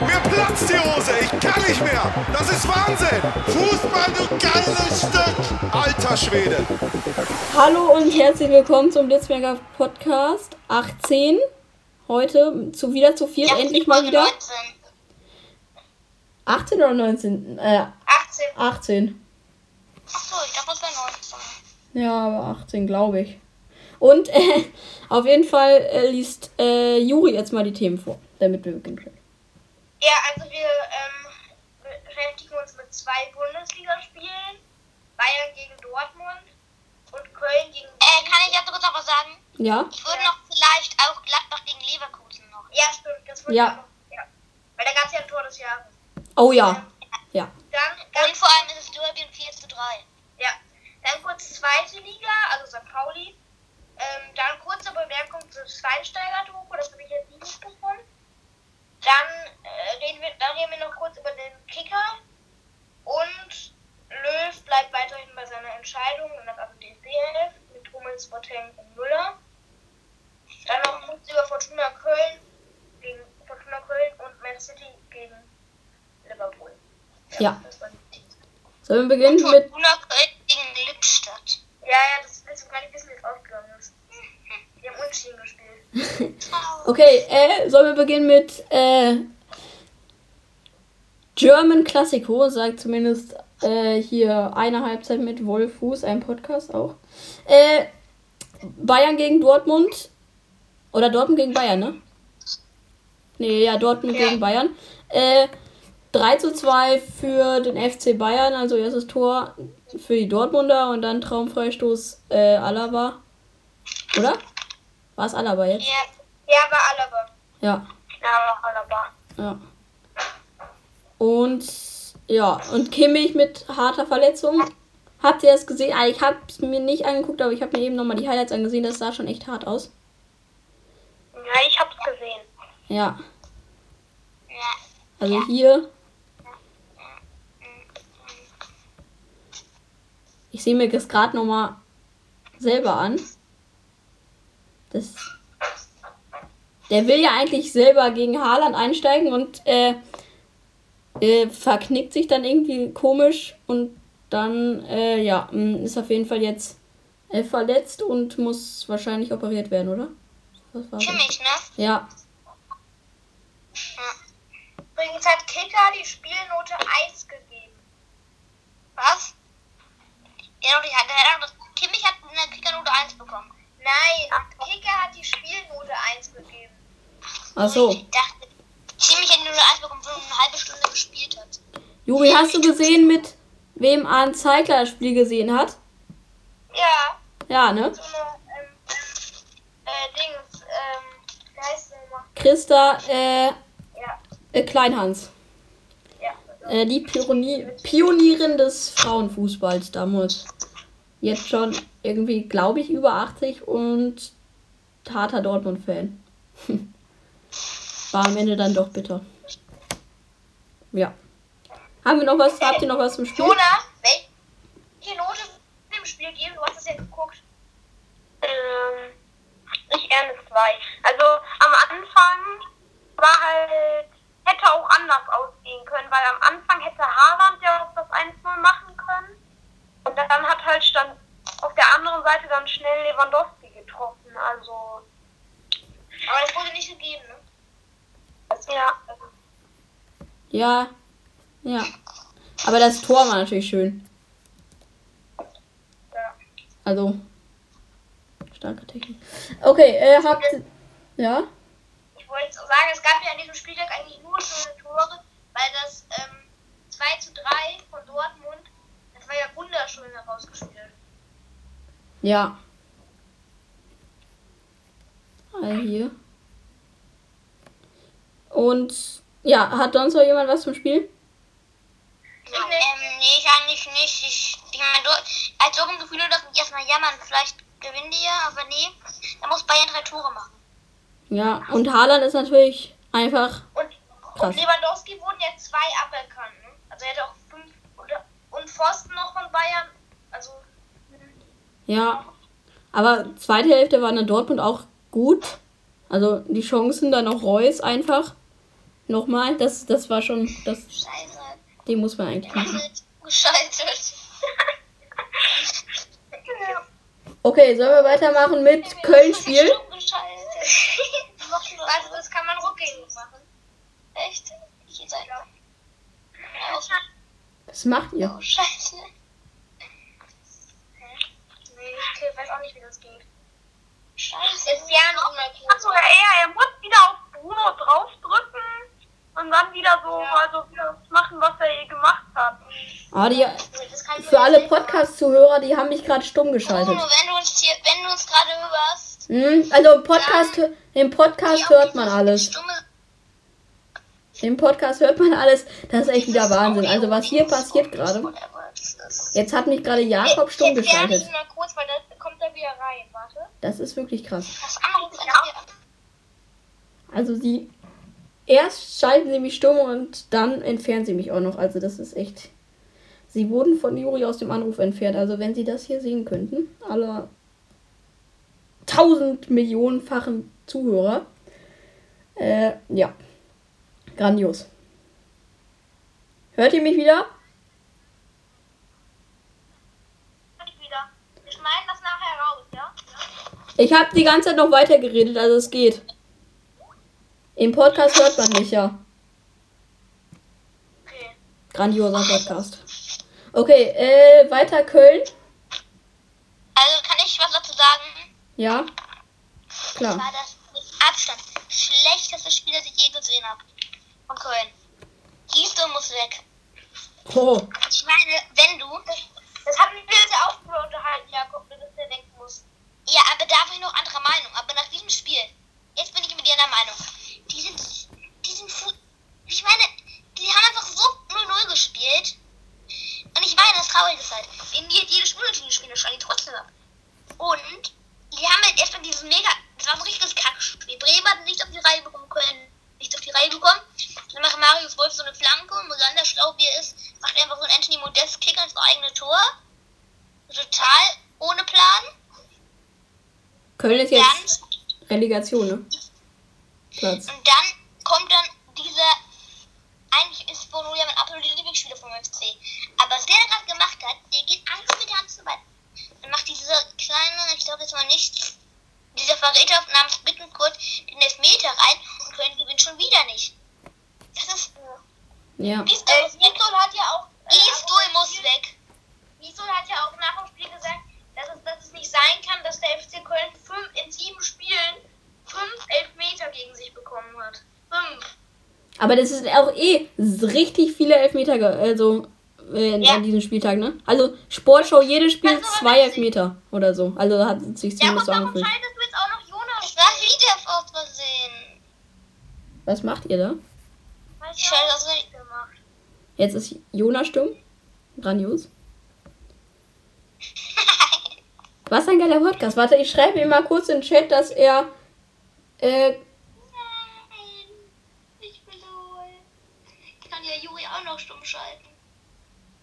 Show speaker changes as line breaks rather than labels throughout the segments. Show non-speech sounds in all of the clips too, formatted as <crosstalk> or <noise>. Mir platzt die Hose, ich kann nicht mehr. Das ist Wahnsinn. Fußball, du geiles Stück. Alter Schwede.
Hallo und herzlich willkommen zum Blitzmerker Podcast 18. Heute zu wieder zu viert,
Ja,
endlich mal
Folge
wieder.
19.
18 oder 19? Äh,
18.
18.
Achso, ich dachte, es wäre 19.
Ja, aber 18 glaube ich. Und äh, <laughs> auf jeden Fall äh, liest äh, Juri jetzt mal die Themen vor, damit wir beginnen können.
Ja, also wir ähm, beschäftigen uns mit zwei Bundesligaspielen. Bayern gegen Dortmund und Köln gegen... Äh, kann ich dazu kurz noch was sagen?
Ja?
Ich würde noch vielleicht auch Gladbach gegen Leverkusen noch. Ja, stimmt. Das
Ja. ich auch
Weil da gab es ja ein Tor des Jahres. Ähm,
Oh ja. Ja.
und vor allem ist es Dörbien 4 zu 3. Ja. Dann kurz zweite Liga, also St. Pauli. Ähm, dann kurze Bemerkung zu Schweinsteiger-Doku, das habe ich jetzt nicht mitbekommen. Dann, äh, reden wir, dann reden wir noch kurz über den Kicker. Und Löw bleibt weiterhin bei seiner Entscheidung und hat also DFB-11 mit Hummels, Boateng und Müller. Dann noch kurz über Fortuna Köln, gegen Fortuna Köln und Man City gegen Liverpool.
Ja.
Das waren die Teams.
Sollen wir beginnen mit.
Köln gegen Lippstadt. Ja, ja, das ist gar nicht wissen, wie es ausgegangen ist. Die haben unentschieden gespielt.
<laughs> Okay, äh, sollen wir beginnen mit. Äh, German Classico, sagt zumindest äh, hier eine Halbzeit mit Wolf Fuß, ein Podcast auch. Äh, Bayern gegen Dortmund. Oder Dortmund gegen Bayern, ne? Nee, ja, Dortmund
Ja.
gegen Bayern. Äh, 3 zu 2 für den FC Bayern, also erstes Tor für die Dortmunder und dann Traumfreistoß äh, Alaba. Oder? War es Alaba jetzt?
Ja, ja war Alaba.
Ja.
Ja, war Alaba.
Ja. Und ja, und Kimmich mit harter Verletzung. Habt ihr das gesehen? Ah, Ich hab's mir nicht angeguckt, aber ich habe mir eben nochmal die Highlights angesehen. Das sah schon echt hart aus.
Ja, ich hab's gesehen.
Ja,
Ja.
also hier. Ich sehe mir das gerade nochmal selber an. Das. Der will ja eigentlich selber gegen Haaland einsteigen und äh, äh, verknickt sich dann irgendwie komisch und dann, äh, ja, mh, ist auf jeden Fall jetzt äh, verletzt und muss wahrscheinlich operiert werden, oder? Was war das?
Kimmich, ne?
Ja,
Übrigens hat Kicker die Spielnote 1 gegeben. Was? Ja, doch, die hat, der hat doch- Kimmich hat eine Kickernote 1 bekommen. Nein, Kicker hat die Spielnote 1 gegeben.
ach so.
Ich dachte, Kimmich hat nur eine 1 bekommen, weil er eine halbe Stunde gespielt hat.
Juri, hast du gesehen, mit wem Arne Zeigler das Spiel gesehen hat?
Ja,
Ja, ne?
so eine, ähm, äh, Dings, ähm, wie heißt die nochmal?
Christa, äh,
Ja,
äh Kleinhans.
ja.
Äh, die Pioni Pionierin des Frauenfußballs damals. Jetzt schon irgendwie, glaube ich, über 80 und harter Dortmund-Fan. <laughs> Hm. War am Ende dann doch bitter. Ja. Haben wir noch was? Habt ihr noch was zum Spiel?
Jona, welche Note wird dem Spiel geben? Du hast es ja geguckt. Ähm, ich eher eine 2. Also am Anfang war halt, hätte auch anders ausgehen können, weil am Anfang hätte Haaland ja auch das 1-0 machen können. Und dann hat halt stand auf der anderen Seite dann schnell Lewandowski getroffen. Also. Aber das wurde nicht gegeben, ne? Ja.
Ja. Ja. Aber das Tor war natürlich schön.
ja.
Also. Starke Technik. Okay, äh, habt. Ja?
Ich wollte sagen, es gab ja an diesem Spieltag eigentlich nur schöne Tore, weil das ähm, 2 zu 3 von Dortmund, das war ja wunderschön herausgespielt.
Ja. Also hier. Und ja, hat sonst noch jemand was zum Spiel?
Ja. ähm, Nee, ich eigentlich nicht. Ich, ich meine, du, als Gefühle dass mich erstmal jammern. Vielleicht gewinnen die ja, aber nee. Da muss Bayern drei Tore machen.
Ja, und Haaland ist natürlich einfach.
Und,
Krass.
und Lewandowski wurden ja zwei aberkannt. ne? Also er hätte auch fünf oder und Pfosten noch von Bayern. Also
Ja. Aber zweite Hälfte war in Dortmund auch gut. Also die Chancen dann auch Reus einfach. Nochmal, das, das war schon. Das,
scheiße. <laughs>
den muss man eigentlich machen.
Gescheitert. Genau.
Okay, sollen wir weitermachen mit Köln-Spiel?
<laughs> Also das kann man rückgängig machen. Echt? Ich glaube.
Was macht ihr?
Oh, scheiße. Nee, ich weiß auch nicht, wie das geht. Scheiße. Ist ja noch mal
Also er, er muss wieder auf Bruno draufdrücken und dann wieder so
Ja.
mal so wieder das machen, was er eh gemacht hat.
Ah, die,
Das kann
für alle Podcast-Zuhörer, die haben mich gerade stumm geschaltet.
wenn du uns hier, wenn du uns gerade hörst.
Hm? Also im Podcast, im Podcast hört man alles.
Stumme
Im Podcast hört man alles. Das ist echt wieder Wahnsinn. Also was hier passiert gerade.
Jetzt
Jetzt hat mich gerade Jakob stumm geschaltet.
mal kurz, weil das kommt da wieder rein. Warte.
Das ist wirklich krass.
Das andere ist ja.
Also sie erst schalten sie mich stumm und dann entfernen sie mich auch noch. Also das ist echt. Sie wurden von Juri aus dem Anruf entfernt. Also wenn sie das hier sehen könnten, aller tausend Millionenfachen Zuhörer. Äh, ja. Grandios. Hört ihr mich wieder?
wieder. Wir schneiden das nachher raus, ja?
Ich habe die ganze Zeit noch weitergeredet, also es geht. Im Podcast hört man mich ja. Grandioser Podcast. Okay, äh, weiter Köln.
Also kann ich was dazu sagen?
Ja. Klar.
War das mit Abstand schlechteste Spiel, das ich je gesehen habe. Von Köln. Gisto muss weg.
Oh,
Ich meine, wenn du. Das, haben wir uns ja auch drüber unterhalten, Jakob, dass der weg muss. Ja, aber da war ich noch anderer Meinung. Aber nach diesem Spiel, jetzt bin ich mit dir einer Meinung. Die sind. Die sind. Fu ich meine, die haben einfach so 0-0 gespielt. Und ich meine, das Traurige ist halt, in die hat jedes Unentschieden spielen, das die trotzdem ab. Und die haben halt erstmal dieses mega. Das war so ein richtiges Kackspiel. Bremen hat nicht auf die Reihe bekommen können. Nicht auf die Reihe bekommen. Dann macht Marius Wolf so eine Flanke und besonders schlau wie er ist, macht er einfach so einen Anthony Modest-Kick ins eigene Tor. Total ohne Plan.
Köln ist
Dann,
jetzt Relegation, ne? Platz.
und dann kommt dann dieser. Eigentlich ist Bono ja mein absoluter Lieblingsspieler vom FC. Aber was der da gerade gemacht hat, der geht einfach mit der Hand zu weit. Dann macht dieser kleine, ich glaube jetzt mal nicht, dieser Verräter namens Bittenkurt den Elfmeter rein und Köln gewinnt schon wieder nicht. Das ist.
Ja.
Gisdol
Äh,
hat ja auch. Gisdol muss weg.
Gisdol hat ja auch nach dem Spiel gesagt, dass es, dass es nicht sein kann, dass der FC Köln fünf, in sieben Spielen fünf Elfmeter gegen sich bekommen hat. Fünf.
Aber das ist auch eh richtig viele Elfmeter, ge- also äh, an diesem Spieltag, ne? Also Sportschau, jedes Spiel zwei Elfmeter oder so. Also hat sich zumindest so angefühlt.
Schaltest du jetzt auch noch Jonas?
Das war wieder aus Versehen.
Was mamacht ihr da?
Ich schalte das um. nicht gemacht.
Jetzt ist Jona stumm. Grandios. Was ein geiler Podcast. Warte, ich schreibe ihm mal kurz in den Chat, dass er. Äh,
Nein, ich will LOL. Ich kann ja Juri auch noch stumm schalten.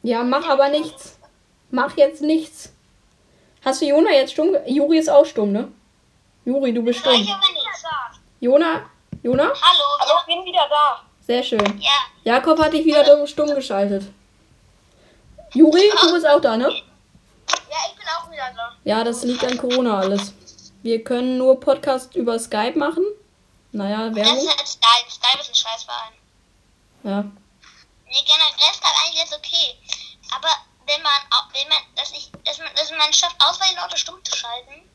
ja, mach aber nichts. Mach jetzt nichts. Hast du Jona jetzt stumm? ge- Juri ist auch stumm, ne? Juri, du bist stumm.
Ich aber nicht.
Jona? Jona?
Hallo?
Hallo, ich bin wieder da.
Sehr schön.
Ja.
Jakob hat dich wieder dumm- stumm geschaltet. Juri, du bist auch da, ne?
Ja, ich bin auch wieder da.
Ja, das liegt an Corona alles. Wir können nur Podcast über Skype machen. Naja,
Das
Werbung.
ist halt Skype. Skype ist ein Scheißverein.
Ja.
Nee, generell Skype eigentlich jetzt okay. Aber wenn man, au- wenn man, dass ich, dass man, dass man es schafft, ausweichen oder stumm zu schalten,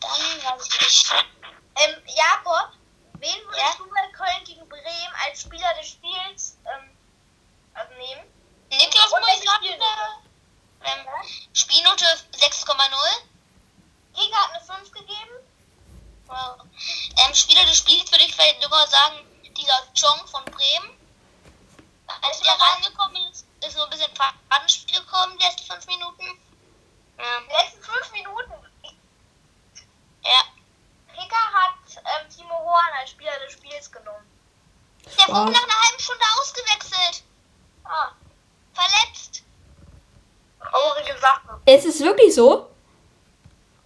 dann weiß ich nicht.
Ähm, Jakob, wen würdest
Ja?
du bei Köln gegen Bremen als Spieler des Spiels ähm, also nehmen?
Niklas
Und welche
Moisant,
Spielnote?
ähm, Spielnote 6,0.
Giga hat eine 5 gegeben.
Wow. Ähm, Spieler des Spiels würde ich vielleicht sogar sagen, dieser Chong von Bremen. Als der reingekommen
Ähm,
ähm,
Er wurde nach einer halben Stunde ausgewechselt.
Ah,
Verletzt.
traurige Sache.
Es ist wirklich so.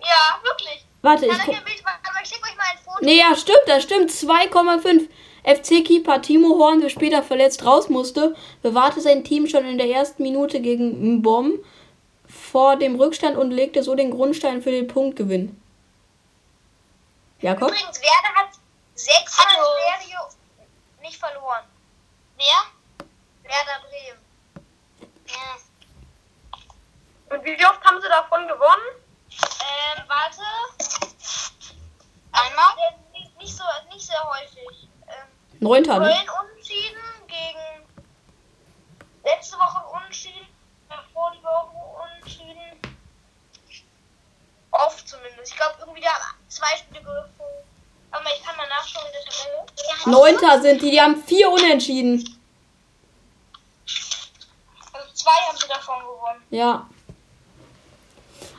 Ja, wirklich.
Warte, ich
Kann
guck.
ich, ich, ich schicke euch mal ein Foto.
Nee, ja, stimmt, das stimmt. 2,5. FC-Keeper Timo Horn, der später verletzt raus musste, bewahrte sein Team schon in der ersten Minute gegen Mbom vor dem Rückstand und legte so den Grundstein für den Punktgewinn. Jakob?
Übrigens, Werder hat sechs
Hallo.
Mal in Serie nicht verloren.
Wer?
Werder Bremen.
Ja.
Und wie oft haben sie davon gewonnen?
Ähm, warte. Einmal.
Ja, Äh, nicht, nicht, so, nicht sehr häufig. Ähm,
Neunter, ne?
Köln unentschieden gegen letzte Woche unentschieden, davor die Woche unentschieden. Oft zumindest. Ich glaube irgendwie da zwei Spiele gewonnen. Aber ich kann mal nachschauen in der Tabelle.
Neunter sind die, die haben vier Unentschieden.
Also zwei haben sie davon gewonnen.
Ja.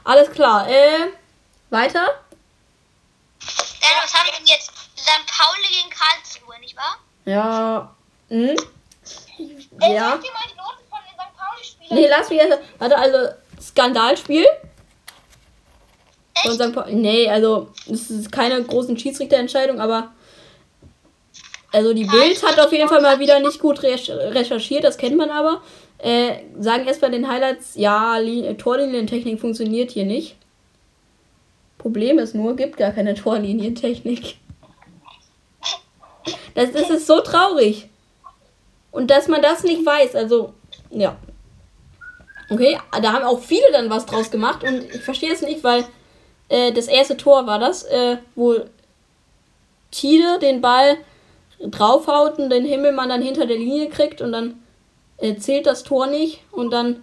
Alles klar. Äh, weiter?
Dann, was haben wir denn jetzt? St. Pauli gegen Karlsruhe, nicht wahr?
Ja. Hm? Ja.
Sag dir Äh, mal die Noten von den St. Pauli-Spielern.
Nee, lass mich erst. Warte, also Skandalspiel. Von
Echt?
St. Pauli. Nee, also es ist keine großen Schiedsrichterentscheidung, aber also die Bild hat auf jeden Fall mal wieder nicht gut recherch- recherchiert, das kennt man aber. Äh, sagen erstmal den Highlights, ja, Li- Torlinientechnik funktioniert hier nicht. Problem ist nur, gibt gar keine <laughs> Torlinientechnik. Das, das ist so traurig. Und dass man das nicht weiß, also, ja. Okay, da haben auch viele dann was draus gemacht und ich verstehe es nicht, weil äh, das erste Tor war das, äh, wo Tide den Ball draufhaut und den Himmelmann dann hinter der Linie kriegt und dann äh, zählt das Tor nicht und dann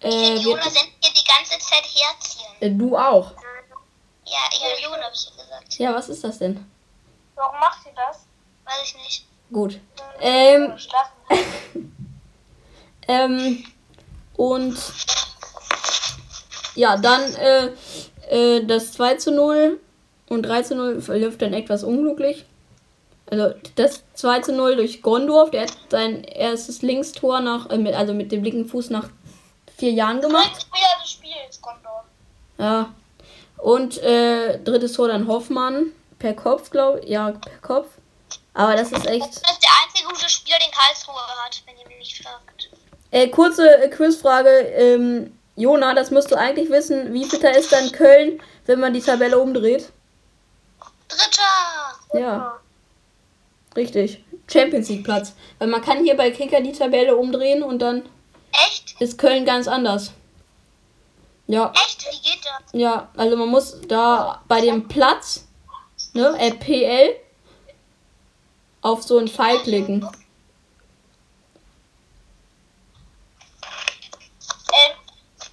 äh, wird,
Jona sendet hier die ganze Zeit Herzchen.
äh, du auch.
Ja, Jona hab ich gesagt.
Ja, was ist das denn?
Warum macht sie das?
Weiß ich nicht.
Gut.
Äh,
Ähm,
Schlafen.
Ähm, und ja, dann äh, äh, das 2 zu 0 und 3 zu 0 verläuft dann etwas unglücklich. Also das 2 zu 0 durch Gondorf, der hat sein erstes Linkstor nach, äh, mit, also mit dem linken Fuß nach vier Jahren gemacht.
Spieler des Spiels, Gondor.
Ja. Und äh, drittes Tor dann Hoffmann per Kopf, glaube ich. Ja, per Kopf. Aber das ist echt.
Das ist der einzige gute Spieler, den Karlsruhe hat, wenn ihr mich nicht fragt.
Äh, kurze äh, Quizfrage, ähm, Jona, das musst du eigentlich wissen. Wie fitter ist dann Köln, wenn man die Tabelle umdreht?
Dritter!
Ja. Richtig. Champions League Platz. Weil man kann hier bei Kicker die Tabelle umdrehen und dann
Echt?
ist Köln ganz anders. Ja,
Echt? Wie geht das?
ja. Also man muss da bei dem Platz, ne, RPL, auf so einen Pfeil klicken.
Ähm,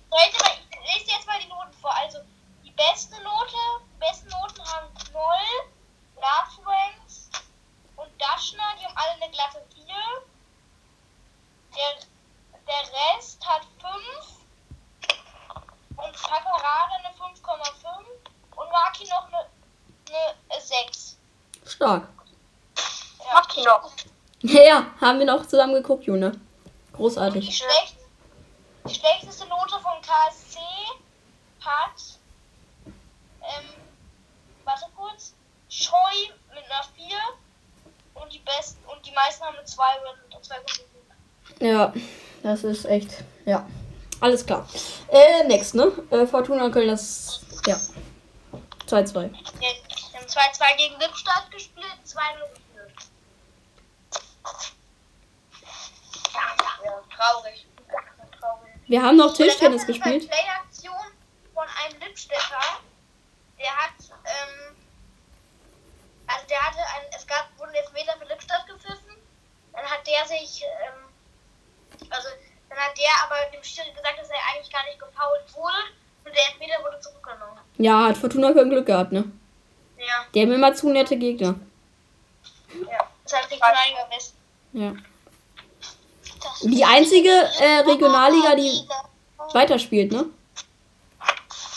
Leute, aber ich lese jetzt mal die Noten vor. Also, die beste Note, die besten Noten haben Knoll, Lafranks und Daschner, die haben alle eine glatte 4. Der, der Rest hat 5 und Takarada eine 5,5 und Maki noch eine, eine 6.
Stark. <laughs>
Ja. Maki noch.
Ja, haben wir noch zusammen geguckt, Jona. Großartig.
Die, schlecht, die schlechteste Note von KSC hat, ähm, warte kurz, Scheu mit einer 4 und die besten und die meisten haben eine 2 oder zwei gute Noten.
Ja, das ist echt. Ja. Alles klar. Äh, next, ne? Äh, Fortuna Köln, das. Ja. 2-2.
Ja, Wir haben 2-2 gegen Lippstadt gespielt, 2-0 geführt. Ja, ja, traurig. Ja, traurig.
Wir haben noch Tischtennis
Und dann gab's
gespielt.
eine Playaktion von einem Lippstädter. Der hat, ähm, also der hatte ein, es gab, wurden Elfmeter für Lippstadt gepfiffen. Dann hat der sich, ähm, also dann hat der aber dem Schiri gesagt, dass er eigentlich gar nicht gefault wurde. Und der Elfmeter wurde zurückgenommen.
Ja, hat Fortuna Köln Glück gehabt, ne?
Ja,
Die haben immer zu nette Gegner.
ja. Ist halt regionaliger Westen.
Ja. Die einzige äh, Regionalliga, die weiterspielt, ne?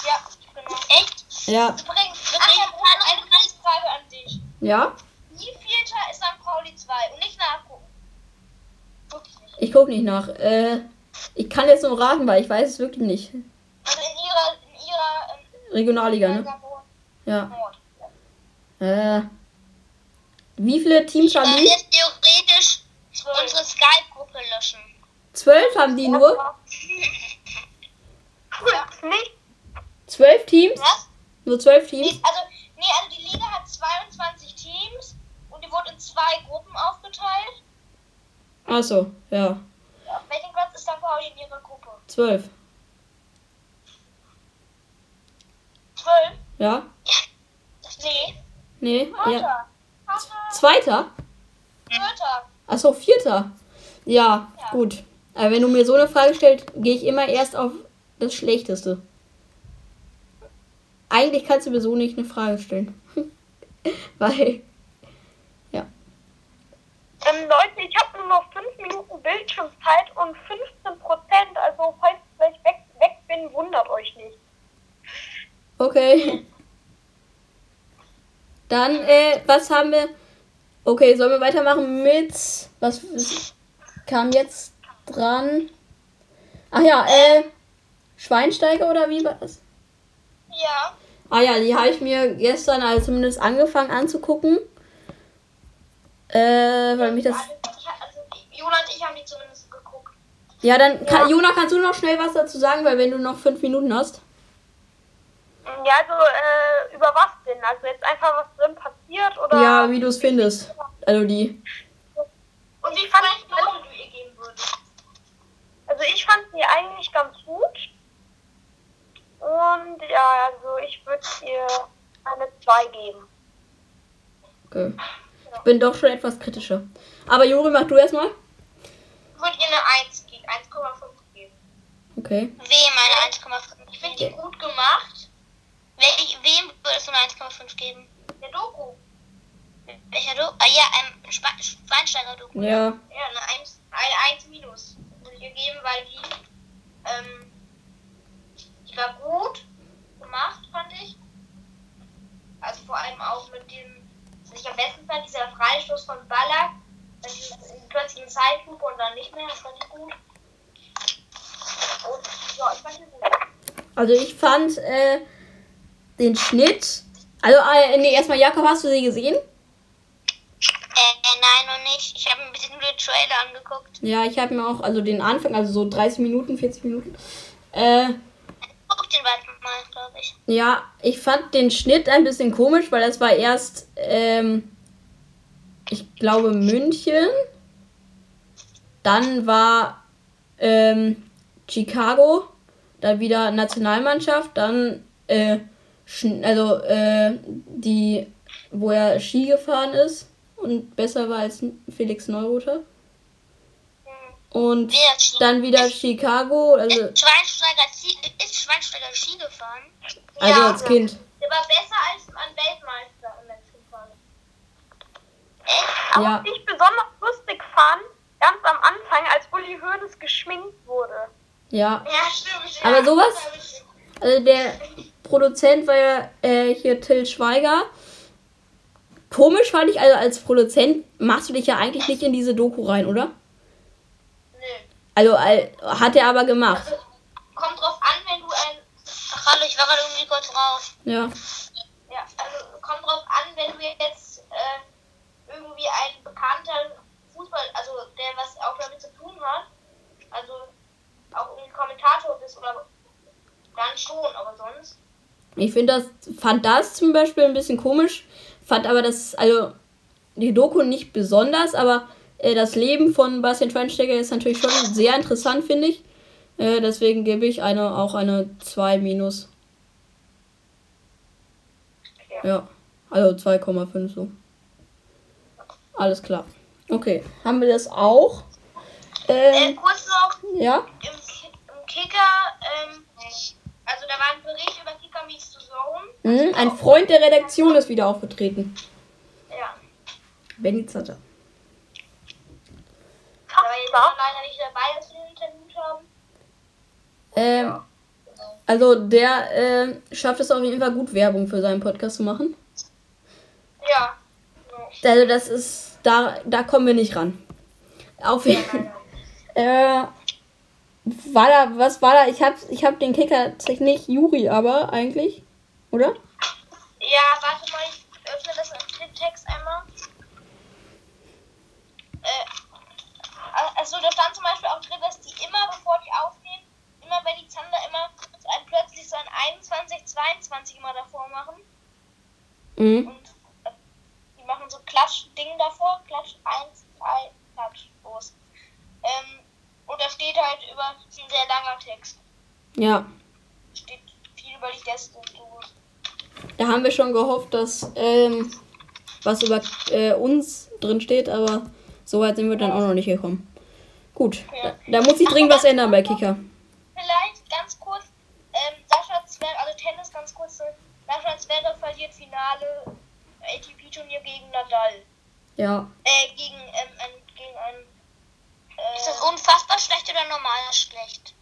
Ja, genau.
Echt?
Ja.
Übrigens, ach ja, Bruno, eine Frage an dich.
Ja?
Wie vielter ist St. Pauli 2? Und nicht nachgucken.
Ich guck nicht nach. Äh, ich kann jetzt nur raten, weil ich weiß es wirklich nicht.
Also in ihrer, in ihrer, ähm,
Regionalliga,
in
ne?
ihrer Wohnung.
Ja. Äh, wie viele Teams haben
Können
die?
wir theoretisch unsere Skype-Gruppe löschen?
Zwölf haben die nur?
Nicht?
Zwölf Teams?
Was?
Nur zwölf Teams?
Also, nee, also die Liga hat 22 Teams und die wurde in zwei Gruppen aufgeteilt.
Achso, ja.
Auf welchem Platz ist dann Pauli in ihrer Gruppe?
Zwölf.
Zwölf?
Ja?
Nee.
Nee? Ja.
Vierter. Vierter.
Zweiter?
Vierter.
Achso, vierter. Ja, gut. Aber wenn du mir so eine Frage stellst, gehe ich immer erst auf das Schlechteste. Eigentlich kannst du mir so nicht eine Frage stellen. <laughs> Weil.
Ähm, Leute, ich habe nur noch 5 Minuten Bildschirmzeit und 15 Prozent. Also, falls ich gleich weg, weg bin, wundert euch nicht.
Okay. Dann, äh, was haben wir. Okay, sollen wir weitermachen mit. Was ist- kam jetzt dran? Ach ja, äh. Schweinsteiger oder wie war das?
Ja.
Ah ja, die habe ich mir gestern also zumindest angefangen anzugucken. Äh, weil mich das.
Also, ich, also, Jona und ich haben die zumindest geguckt.
Ja, dann. Kann, Jona, kannst du noch schnell was dazu sagen, weil wenn du noch fünf Minuten hast.
Ja, also, äh, über was denn? Also, jetzt einfach, was drin passiert oder?
Ja, wie du es findest. Also die.
Und wie viele Noten du ihr geben würdest?
Also ich fand sie eigentlich ganz gut. Und ja, also ich würde ihr eine 2 geben.
Okay. Ich bin doch schon etwas kritischer. Aber Juri, mach du erstmal.
Ich würde ihr eine 1 geben, 1,5 geben.
Okay.
Wem eine 1,5? Ich finde die gut gemacht. Welch, wem würdest du eine 1,5 geben? Der Doku. Welcher Doku? Ah ja, ein Spa- Schweinsteiger-Doku.
Ja.
Ja, eine 1, eine 1 minus würde ich ihr geben, weil die, ähm, die war gut gemacht, fand ich. Also vor allem auch mit dem, was ich am besten fand, dieser Freistoß von Ballack. Dann dieses- in plötzlich eine Zeitlupe und dann nicht mehr, das fand ich gut. Und ja, ich fand die gut.
Also ich fand äh, den Schnitt. Also, äh, nee, erstmal Jakob, hast du sie gesehen?
Äh, äh, nein, noch nicht. Ich habe ein bisschen nur den Trailer angeguckt.
Ja, ich habe mir auch, also den Anfang, also so 30 Minuten, 40 Minuten. Äh,
Guck den bald mal, glaube ich.
ja, ich fand den Schnitt ein bisschen komisch, weil das war erst, ähm, ich glaube, München. Dann war ähm, Chicago, dann wieder Nationalmannschaft, dann äh, Schn- also äh, die, wo er Ski gefahren ist und besser war als Felix Neureuther. Und
Wer Ski?
dann wieder Chicago, also,
Ist Schweinsteiger, Ski- ist Schweinsteiger Ski gefahren?
also als Kind.
Der war besser als ein Weltmeister in der Skifahren.
Aber
Ja.
was ich besonders lustig fand, ganz am Anfang, als Uli Hoeneß geschminkt wurde.
Ja,
Ja, stimmt.
Aber sowas- also der Produzent war ja äh, hier Till Schweiger. Komisch fand ich, also als Produzent machst du dich ja eigentlich nicht in diese Doku rein, oder?
Nö.
Also al- hat er aber gemacht.
Kommt drauf an, wenn du ein. Ach, hallo, ich war gerade irgendwie kurz raus.
Ja,
Ja, also kommt drauf an, wenn du jetzt äh, irgendwie ein bekannter Fußball, also der was auch damit zu tun hat, also auch irgendwie Kommentator bist oder dann schon, aber sonst.
ich finde das, fand das zum Beispiel ein bisschen komisch, fand aber das, also die Doku nicht besonders, aber äh, das Leben von Bastian Schweinsteiger ist natürlich schon sehr interessant, finde ich. Äh, deswegen gebe ich eine, auch eine 2 minus. Ja, also 2,5 so. Alles klar. Okay, haben wir das auch?
Äh,
Ähm,
kurz noch
ja,
im, Ki- im Kicker, ähm, also da war ein Bericht über Kicker Meets the Zone.
Hm, ein Freund der Redaktion ist wieder aufgetreten.
Ja.
Benny Zatter.
Da war jetzt auch leider nicht dabei, dass wir den Termin haben.
Ähm, also der äh, schafft es auf jeden Fall gut, Werbung für seinen Podcast zu machen.
Ja.
Also das ist, da, da kommen wir nicht ran. Auf jeden Fall. <laughs> Äh, war da, was war da? Ich hab, ich hab den Kicker nicht Juri, aber eigentlich, oder?
Ja, warte mal, ich öffne das im Text einmal. Äh, a- also da stand zum Beispiel auch drin, dass die immer, bevor die aufnehmen, immer wenn die Zander immer so ein, plötzlich so ein 21, 22 immer davor machen.
Mhm.
Und äh, die machen so Klatsch-Ding davor, Klatsch 1, 2, Klatsch, los. Ähm, und da steht halt über, das ist ein sehr langer Text,
Ja.
steht viel über die Gäste und so.
Da haben wir schon gehofft, dass ähm, was über äh, uns drin steht, aber so weit sind wir dann auch noch nicht gekommen. Gut, da, da muss sich dringend was ändern bei Kicker.
Vielleicht ganz kurz, ähm, Sascha Zwerg, also Tennis ganz kurz, so, Sascha Zwerg verliert Finale ATP-Turnier gegen Nadal.
Ja,
Äh, gegen, ähm, ein, gegen ein,
Ist das
äh,
unfassbar schlecht oder normal schlecht?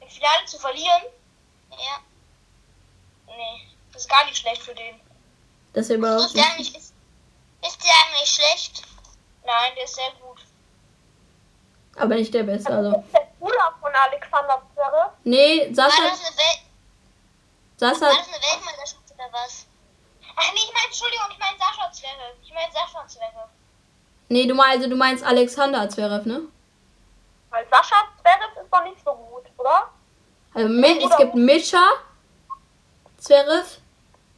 im Finale zu verlieren?
Ja.
Nee, das ist gar nicht schlecht für den.
das ist überhaupt
Ist der eigentlich, ist, ist der eigentlich schlecht?
Nein, der ist sehr gut.
aber nicht der Beste. Also.
Der Bruder von Alexander Zverev?
Nee,
War
Sascha,
das eine, Wel
Sascha,
war das eine Weltmeisterschaft oder was?
Ach nee, ich meine, Entschuldigung, ich meine Sascha Zverev. Ich meine Sascha Zverev.
nee, du meinst, also du meinst Alexander Zverev, ne?
Weil Sascha Zverev ist doch nicht so gut, oder?
Also Mi- es gibt Mischa Zverev,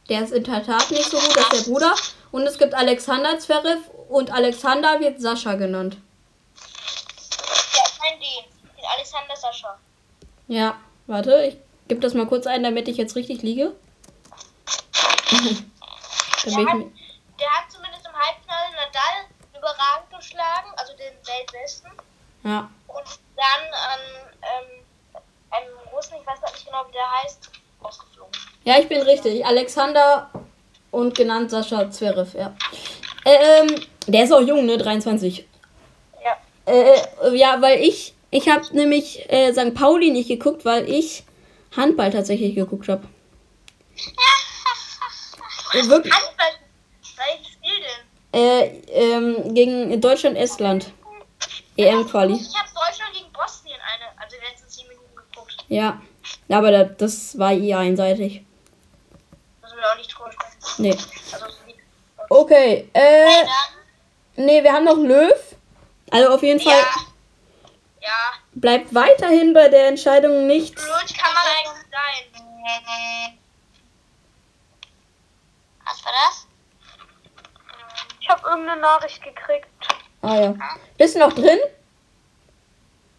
der ist in der Tat nicht so gut als der Bruder. Und es gibt Alexander Zverev und Alexander wird Sascha genannt.
Ja, ich meine den. Den Alexander Sascha.
Ja, warte, ich gebe das mal kurz ein, damit ich jetzt richtig liege. <laughs> da bin ich mir-
Der hat zumindest im Halbfinale Nadal überragend geschlagen, also den Weltbesten.
ja,
Und dann an ähm, einem Russen, ich weiß grad nicht genau, wie der heißt, ausgeflogen.
ja, ich bin richtig. Alexander und genannt Sascha Zverev, ja. Ähm, der ist auch jung, ne? 23.
Ja.
Äh, ja, weil ich, ich habe nämlich äh, St. Pauli nicht geguckt, weil ich Handball tatsächlich geguckt habe. Wirklich?
Handball. Welches Spiel denn?
Äh, ähm, gegen E Deutschland-Estland. EM-Quali.
Ich habe Deutschland gegen Bosnien eine, also die letzten 10 Minuten geguckt.
Ja, aber da, das war eh einseitig.
Müssen wir auch nicht drüber sprechen.
Nee.
Also, so wie-
Okay, äh, nee, wir haben noch Löw. Also auf jeden Fall
ja,
bleibt weiterhin bei der Entscheidung nichts.
blöd kann man eigentlich sein.
Was war das?
Ich habe irgendeine Nachricht gekriegt.
Ah ja. Bist du noch drin?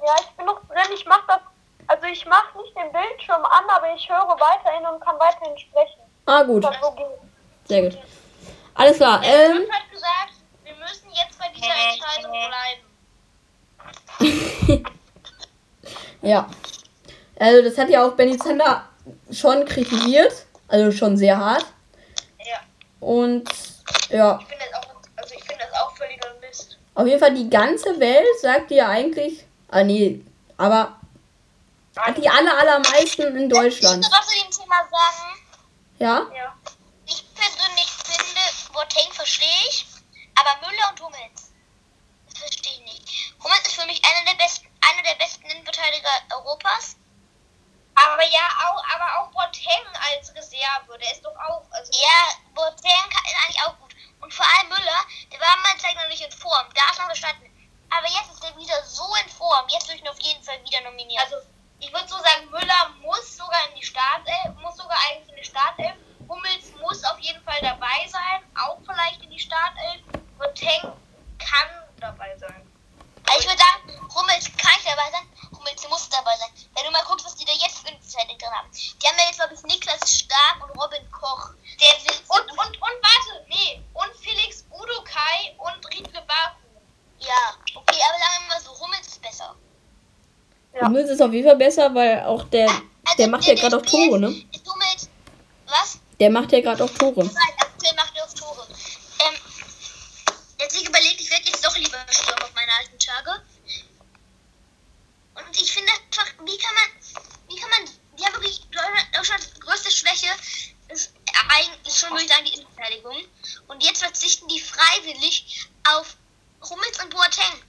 Ja, ich bin noch drin. Ich mache das. Also ich mache nicht den Bildschirm an, aber ich höre weiterhin und kann weiterhin sprechen.
Ah, gut.
So geht.
Sehr gut. Alles klar. Ähm,
hat gesagt, wir müssen jetzt bei dieser Entscheidung bleiben.
ja. Also das hat ja auch Benny Zander schon kritisiert. Also schon sehr hart.
Ja,
Und ja,
ich finde das auch, also ich finde das auch völliger Mist.
auf jeden Fall die ganze Welt sagt ja eigentlich. Ah nee, aber die aller allermeisten in Deutschland.
Was zu dem Thema sagen?
Ja?
Ja.
Ich persönlich finde, Boateng verstehe ich, aber Müller und Hummels, das verstehe ich nicht. Hummels ist für mich einer der besten, einer der besten Innenverteidiger Europas.
Aber ja, auch, aber auch Boateng als Reserve, der ist doch auch, also
Ja, Boateng kann- ist eigentlich auch gut. Und vor allem Müller, der war mal zeigt noch nicht in Form, da ist noch verstanden. Aber jetzt ist er wieder so in Form, jetzt würde ich ihn auf jeden Fall wieder nominieren.
also ich würde so sagen, Müller muss sogar in die Startelf, muss sogar eigentlich in die Startelf. Hummels muss auf jeden Fall dabei sein, auch vielleicht in die Startelf. Boateng kann dabei sein.
Also ich würde sagen, Hummels kann ich dabei sein, Hummels muss dabei sein. Wenn du mal guckst, was die da jetzt für eine Zeit drin haben. Die haben ja jetzt, glaube ich, Niklas Stark und Robin Koch. Der will
Und, und, und warte, nee, und Felix Udokai und Riedle Baku.
Ja, okay, aber sagen wir mal so, Hummels ist besser.
Ja.
Hummels ist auf jeden Fall besser, weil auch der,
Also,
der macht ja gerade auch
der spielt,
Tore, ne?
ist Hummels, was?
Der macht ja gerade auch Tore.
Nein, aktuell macht er auf Tore. Ähm, jetzt habe ich überlegt, ich werde jetzt doch lieber Stürmer auf meine alten Tage. Und ich finde einfach, wie kann man, wie kann man, die haben wirklich, Deutschland- Deutschlands größte Schwäche ist eigentlich schon, würde ich sagen, die Innenverteidigung. Und jetzt verzichten die freiwillig auf Hummels und Boateng.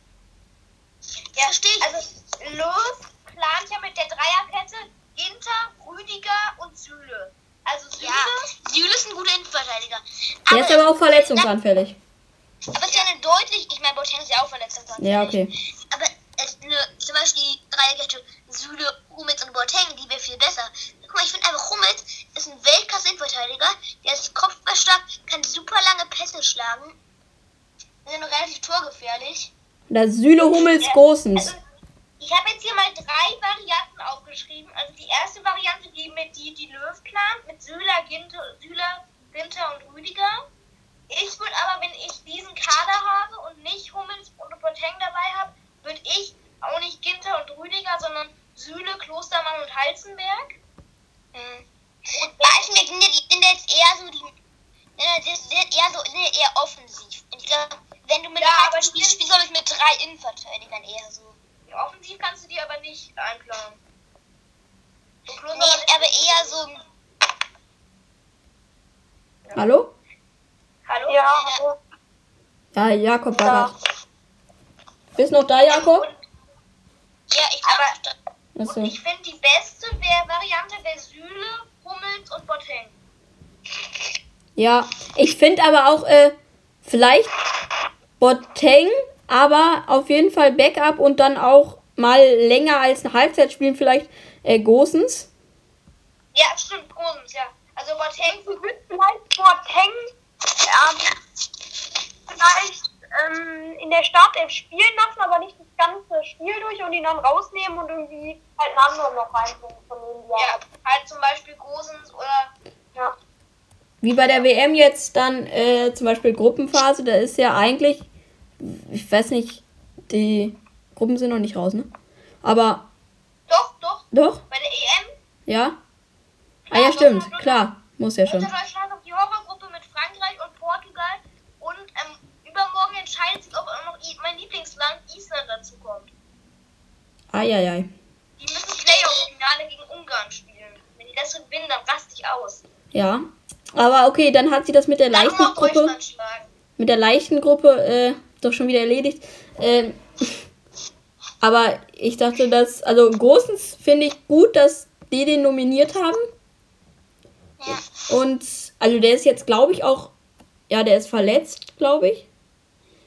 Ja,
also, Löw plant ja mit der Dreierkette Ginter, Rüdiger und Süle. Also Süle,
Ja, Süle ist ein guter Innenverteidiger.
Der ist aber auch verletzungsanfällig.
Aber es ist ja eine deutlich, ich meine, Boateng ist ja auch verletzt. ansonsten.
Ja, okay.
Aber es ist eine, zum Beispiel die Dreierkette Süle, Hummels und Boateng, die wäre viel besser. Guck mal, ich finde einfach, Hummels ist ein Weltklasse-Innenverteidiger, der ist kopfballstark, kann super lange Pässe schlagen, ist nur relativ torgefährlich.
Da Süle Hummels Gosens.
also ich habe jetzt hier mal drei Varianten aufgeschrieben. Also die erste Variante, die mit die, die Löw plant, mit Süler, Ginter, Süler, Ginter und Rüdiger. Ich würde aber, wenn ich diesen Kader habe und nicht Hummels und Boateng dabei habe, würde ich auch nicht Ginter und Rüdiger, sondern Süle, Klostermann und Halzenberg. Hm.
Und Leichenberg sind ja, die sind ja jetzt eher so die. ja, Das ist eher so sind ja eher offensiv. Und ich glaube, wenn du mit
Ja, also
Haltung
aber
spielst,
die-
spielst du glaube ich mit drei Innenverteidigern eher so.
Offensiv kannst du die aber nicht einplanen. Und
Nee,
Klostermann ist-
aber eher so.
Hallo?
Hallo?
Ja, hallo.
Ja, Jakob war grad. Bist noch da, Jakob?
Ja, ich
Aber-
glaube.
Achso.
Und ich finde die beste wär Variante wäre Süle, Hummels und Boateng.
Ja, ich finde aber auch äh, vielleicht Boateng, aber auf jeden Fall Backup und dann auch mal länger als ein Halbzeitspiel vielleicht äh, Gosens.
Ja, stimmt, Grund, ja. Also Boateng für
vielleicht Boateng ähm, vielleicht ähm, in der Startelf spielen lassen, aber nicht das ganze Spiel durch und ihn dann rausnehmen und irgendwie halt einen anderen noch reinbringen von denen, die
ja, halt zum Beispiel Gosens oder
ja.
Wie bei der WM jetzt dann äh, zum Beispiel Gruppenphase, da ist ja eigentlich, ich weiß nicht, die Gruppen sind noch nicht raus, ne? Aber
doch, doch,
doch,
bei der EM.
ja? Ah ja, stimmt, klar, muss ja schon.
Unterdeutschland auf die Horrorgruppe mit Frankreich und Portugal und ähm, übermorgen entscheidet sich, ob auch noch I mein Lieblingsland Island dazu kommt.
Eieiei.
Die müssen Playoff-Finale gegen Ungarn spielen. Wenn die das gewinnen, dann raste ich aus.
Ja. Aber okay, dann hat sie das mit der
Dann
leichten
noch
Gruppe.
Deutschland schlagen.
mit der leichten Gruppe äh, doch schon wieder erledigt. Ähm, <laughs> aber ich dachte, dass, also großens finde ich gut, dass die den nominiert haben. Und, also der ist jetzt, glaube ich, auch, ja, der ist verletzt, glaube ich.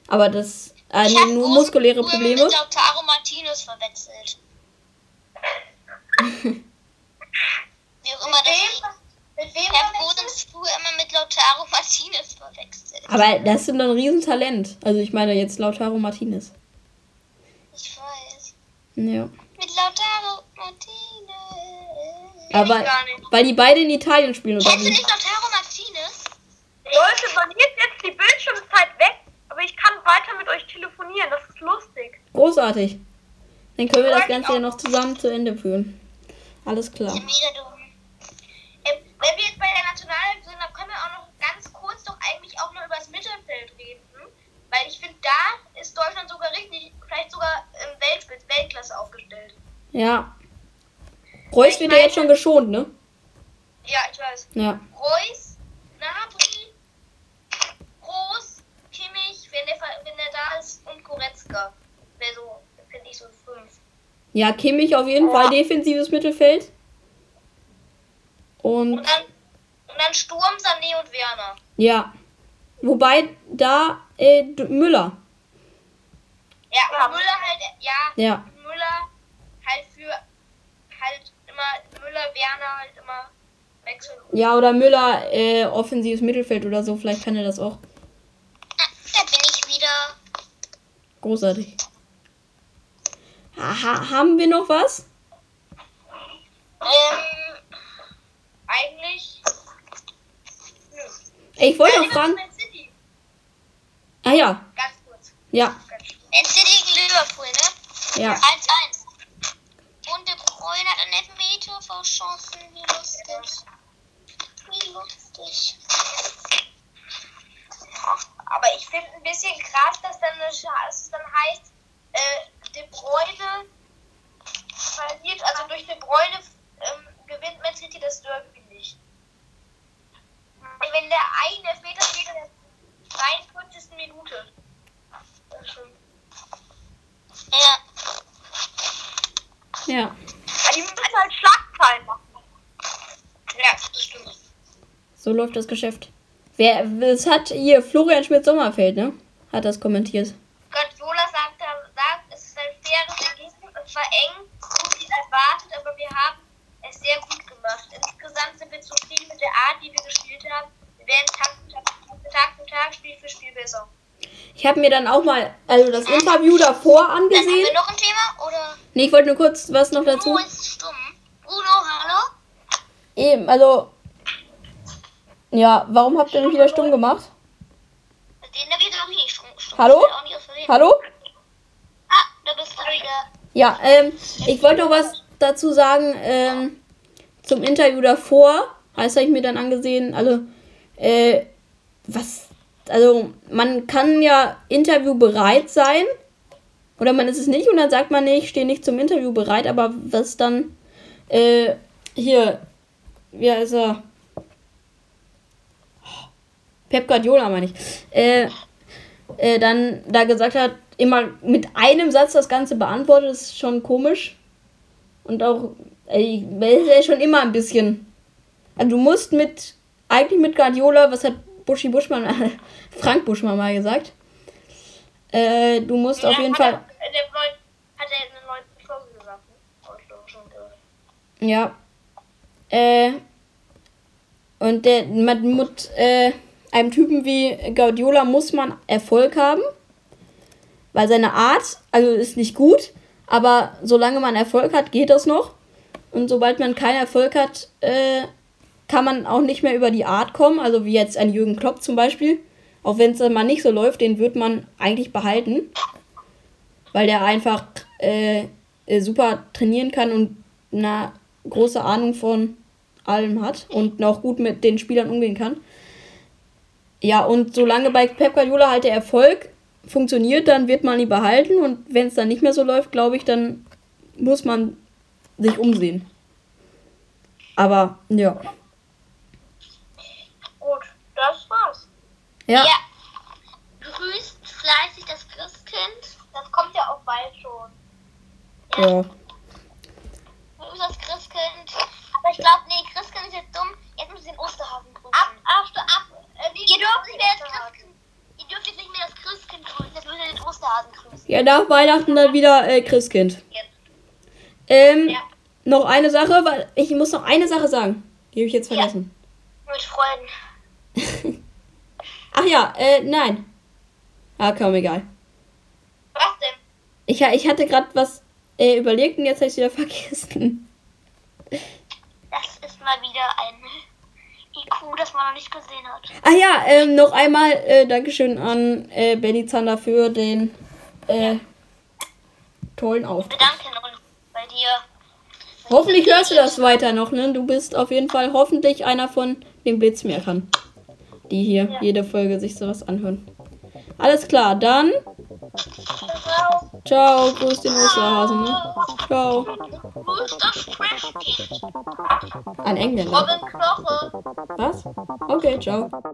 Aber das, äh,
Ich hab
nee, nur
Gosens
muskuläre
früher
Probleme.
Mit Lautaro Martinez
<laughs>
verwechselt. Wie auch immer das liegt.
Mit wem
Ich habe
verwechselt?
Gosens früher immer mit Lautaro Martinez verwechselt.
Aber das sind dann ein Riesentalent. Also ich meine jetzt Lautaro Martinez.
Ich weiß.
Ja.
Mit Lautaro Martinez.
Aber,
gar nicht.
weil die beide in Italien spielen oder
Kennst du
<laughs>
wie?
nicht Lautaro Martinez?
Leute, man nimmt jetzt die Bildschirmzeit weg, aber ich kann weiter mit euch telefonieren, das ist lustig.
Großartig. Dann können wir das Ganze ja noch zusammen zu Ende führen. Alles klar.
Mega dumm.
Ähm, wenn wir jetzt bei der Nationalelf sind, dann können wir auch noch ganz kurz doch eigentlich auch noch über das Mittelfeld reden. hm? Weil ich finde, da ist Deutschland sogar richtig, vielleicht sogar im Weltspitz, Weltklasse aufgestellt.
Ja. Reus wird ja jetzt schon geschont, ne?
Ja, ich weiß.
Ja.
Reus, Nabri, Groß, Kimmich, wenn der, ver- wenn der da ist, und Goretzka. Wäre so, finde ich, so fünf.
Ja, Kimmich auf jeden Fall defensives Mittelfeld. Und
Und dann, und dann Sturm, Sané und Werner.
ja. Wobei da äh, D- Müller.
Ja, und Müller halt, ja,
Ja.
Müller halt für halt immer Müller, Werner halt immer wechseln.
Ja, oder Müller äh, offensives Mittelfeld oder so. Vielleicht kann er das auch.
Ah, da bin ich wieder.
Großartig. Ha ha- haben wir noch was?
Ähm, eigentlich. Nö.
Ey, Ich wollte
Ja,
noch
lieber
fragen.
Man City.
Ah ja.
Ganz kurz.
Ja.
Man City gegen Liverpool, ne?
Ja.
1-1. Und der Bruyne hat einen Elfmeter verschossen. Wie lustig. Wie lustig.
Aber ich finde ein bisschen krass, dass dann eine Scha- dass es dann heißt, äh, De Bruyne verliert, also durch De Bruyne ähm, gewinnt Man City das Derby nicht. Weil Wenn der eine Elfmeter steht in der 43. Minute. Das ist schon
Ja.
Ja.
Ja, die müssen halt Schlagzeilen machen.
Ja, das stimmt.
So läuft das Geschäft. Wer, das hat hier Florian Schmidt-Sommerfeld, ne? Hat das kommentiert.
Guardiola sagt, sagt, es ist ein faires Ergebnis, es war eng, gut wie erwartet, aber wir haben es sehr gut gemacht. Insgesamt sind wir zufrieden mit der Art, die wir gespielt haben. Wir werden Tag für Tag, Tag, für Tag Spiel für Spiel besser.
Ich habe mir dann auch mal, also das Interview davor
Dann haben
angesehen.
wir noch ein Thema, oder?
Nee, ich wollte nur kurz was noch dazu.
Bruno ist stumm. Bruno, hallo?
Eben, also. Ja, warum habt ihr mich wieder stumm gemacht?
Den da wird auch nicht stumm. stumm.
Hallo?
Ich will auch nicht auf reden.
Hallo?
Ah, da bist du wieder.
Ja, ähm, ich wollte noch was dazu sagen, ähm, zum Interview davor. Das habe ich mir dann angesehen. Also, äh, was, also, man kann ja Interview bereit sein. Oder man ist es nicht und dann sagt man, nee, ich stehe nicht zum Interview bereit, aber was dann, äh, hier, wie heißt er? Pep Guardiola meine ich. Äh, äh, dann da gesagt hat, immer mit einem Satz das Ganze beantwortet, ist schon komisch. Und auch, ey, weil er ist schon immer ein bisschen. Also du musst mit, eigentlich mit Guardiola, was hat Buschi Buschmann, <laughs> Frank Buschmann mal gesagt? Äh, du musst auf
Ja,
jeden
hat
Fall.
Er, Äh, der neuen, hat er in der neunten Folge gesagt. ne? Hab ich doch schon gehört.
Ja. Äh. Und der, mit, mit äh, einem Typen wie Guardiola muss man Erfolg haben. Weil seine Art, also ist nicht gut, aber solange man Erfolg hat, geht das noch. Und sobald man keinen Erfolg hat, äh, kann man auch nicht mehr über die Art kommen. Also wie jetzt ein Jürgen Klopp zum Beispiel. Auch wenn es dann mal nicht so läuft, den wird man eigentlich behalten weil der einfach äh, äh, super trainieren kann und eine große Ahnung von allem hat und auch gut mit den Spielern umgehen kann. Ja, und solange bei Pep Guardiola halt der Erfolg funktioniert, dann wird man ihn behalten und wenn es dann nicht mehr so läuft, glaube ich, dann muss man sich umsehen. Aber ja.
Gut, das war's.
Ja,
Ja. Grüßt fleißig das Christkind. Das kommt ja auch bald schon.
ja.
Grüßt das Christkind. Aber ich glaube, nee, Christkind ist jetzt dumm. Jetzt müssen sie den Osterhasen grüßen. Ab, ab, ab. Äh, ihr dürft nicht mehr das Christkind. Ihr dürft jetzt nicht mehr das Christkind grüßen. Jetzt müssen wir den Osterhasen grüßen.
Ja, nach Weihnachten dann wieder äh, Christkind. Ähm,
Ja.
noch eine Sache, weil ich muss noch eine Sache sagen. Die habe ich jetzt vergessen.
Mit Freunden.
Ach ja, äh, nein. Ah, komm, egal.
Was denn?
Ich, ha- ich hatte gerade was äh, überlegt und jetzt habe ich wieder <laughs> vergessen.
Das ist mal wieder ein IQ, das man noch nicht gesehen hat.
Ah ja, ähm, noch einmal äh, Dankeschön an äh, Benny Zander für den äh, tollen Auftritt.
Bedanken uns bei dir.
Hoffentlich hörst du das weiter noch, ne? Du bist auf jeden Fall hoffentlich einer von den Blitzmerkern, die hier jede Folge sich sowas anhören. Alles klar, dann. Ciao, grüß den Osterhasen, ne? Ciao.
Grüßt das Trash-Kind.
An Engländer.
Robin Knoche.
Was? Okay, ciao.